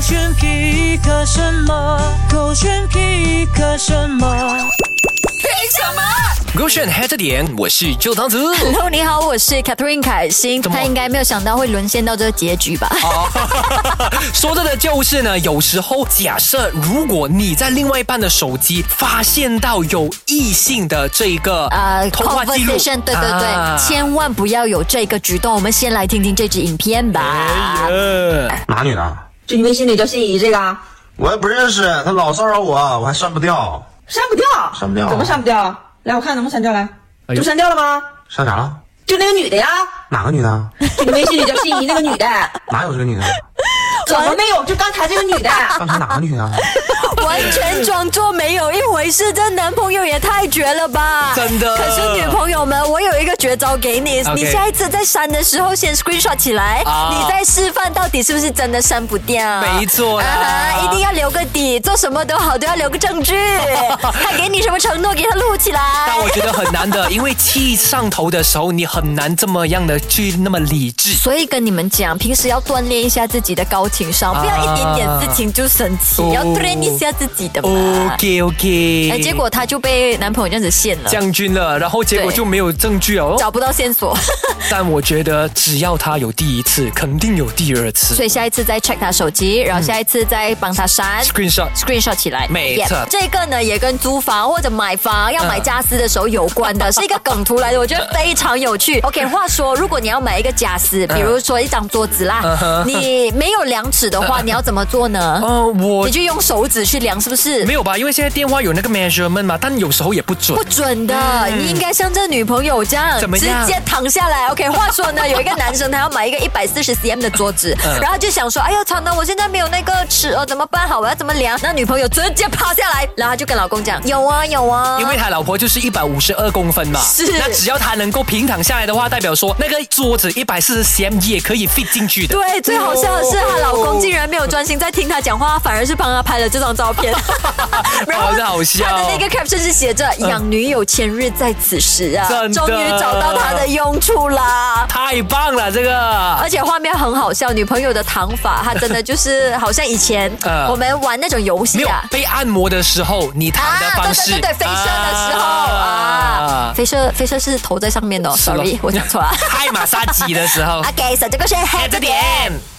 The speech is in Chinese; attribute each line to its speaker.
Speaker 1: 选皮克什么？狗选皮克什么？
Speaker 2: 勾选 h 着点，我是周唐 子。
Speaker 3: Hello，你好，我是 Catherine 凯欣。
Speaker 2: 怎么哦
Speaker 3: 他应该没有想到会沦陷到这个结局吧？
Speaker 2: 说着的就是呢，有时候假设如果你在另外一半的手机发现到有异性的这一个
Speaker 3: 呃
Speaker 2: 通话记录，
Speaker 3: ，conversation，对对对，
Speaker 2: 啊
Speaker 3: 千万不要有这个举动。我们先来听听这支影片吧。
Speaker 2: 呃，
Speaker 4: 哪女的？
Speaker 5: 就你微信里叫心仪这个啊，
Speaker 4: 我也不认识，她老骚扰我，我还删不掉，
Speaker 5: 删不掉，
Speaker 4: 删不掉啊
Speaker 5: 怎么删不掉？来，我看能不能删掉来，
Speaker 2: 哎呦
Speaker 5: 就删掉了吗？
Speaker 4: 删啥了？
Speaker 5: 就那个女的呀，
Speaker 4: 哪个女 的？
Speaker 5: 就你微信里叫心仪那个 女的，
Speaker 4: 哪有这个女的？
Speaker 5: 怎么没有？就刚才这个女的，
Speaker 4: 刚才哪个女的？
Speaker 3: 完全装作没有一回事，这男朋友也太绝了吧！
Speaker 2: 真的
Speaker 3: 可是女朋友们，我有一个绝招给你
Speaker 2: OK
Speaker 3: 你下一次在删的时候先 screenshot 起来
Speaker 2: 啊
Speaker 3: 你再示范到底是不是真的删不掉。
Speaker 2: 没错啦
Speaker 3: 啊哈一定要留个底，做什么都好都要留个 证据。他给你什么承诺，给他录起来。
Speaker 2: 但我觉得很难的，因为气上头的时候，你很难这么样的去那么理 智。
Speaker 3: 所以跟你们讲，平时要锻炼一下自己的高情商，不要一点点事情就生气，
Speaker 2: 哦
Speaker 3: 要锻炼一下自己的嘛。
Speaker 2: OK
Speaker 3: 啊哎、
Speaker 2: OK，
Speaker 3: 结果她就被男朋友这样子陷了。
Speaker 2: 将军了，然后结果
Speaker 3: 对
Speaker 2: 就没有证据哦。
Speaker 3: 找不到 线索，
Speaker 2: 但我觉得只要他有第一次，肯定有第二次。
Speaker 3: 所以下一次再 check 他手机，然后下一次再帮他删。
Speaker 2: Screenshot。
Speaker 3: screenshot 起来，
Speaker 2: 嗯没错
Speaker 3: Yep，这个呢也跟租房或者买房要买家私的时候有关的，是一个梗图来的，我觉得非常有 趣。OK，话说，如果你要买一个家私，比
Speaker 2: 嗯
Speaker 3: 如说一张桌子啦，你没有量尺的
Speaker 2: 嗯
Speaker 3: 话，你要怎么做呢？
Speaker 2: 呃，我
Speaker 3: 你就用手指去量，是不是？
Speaker 2: 没有吧，因为现在电话有那个 measurement 嘛，但有时候也不准
Speaker 3: 不。准的，你应该像这女朋友这样，
Speaker 2: 嗯怎么
Speaker 3: 直
Speaker 2: 样
Speaker 3: 接躺下来。OK，话说呢， 有一个男生他要买一个一百四十 cm 的桌子，
Speaker 2: 嗯
Speaker 3: 然后就想说，哎呦，惨了，我现在没有那个尺哦，怎么办好？我要怎么量？那女朋友直接趴下来，然后他就跟老公讲，有啊有啊
Speaker 2: 因，为他老婆就是一百五十二公分嘛，
Speaker 3: 是
Speaker 2: 那只要他能够平躺下来的话，代表说那个桌子一百四十 cm 也可以 fit 进去的。
Speaker 3: 对，最好笑的是她老公竟然没有专心在听她讲话，反而是帮她拍了这张照片。然后
Speaker 2: 好好笑嗯
Speaker 3: 她的那个 caption 是写着“养女友千日在此时啊
Speaker 2: 真的”，
Speaker 3: 终于找到她的用处啦。
Speaker 2: 太棒了，这个
Speaker 3: 而且画面很好笑，女朋友的躺法，她真的就是好像以 前
Speaker 2: 呃
Speaker 3: 我们玩那种游
Speaker 2: 没
Speaker 3: 戏
Speaker 2: 有
Speaker 3: 啊，
Speaker 2: 被按摩的时候，你躺的方式，
Speaker 3: 对对对对，飞射的时 候啊，飞射飞射是头在上面的哦
Speaker 2: 是咯
Speaker 3: ，sorry，我讲错了。 啊
Speaker 2: 拍马杀鸡的时候哎
Speaker 3: OK，手这个是黑着点。
Speaker 2: ，at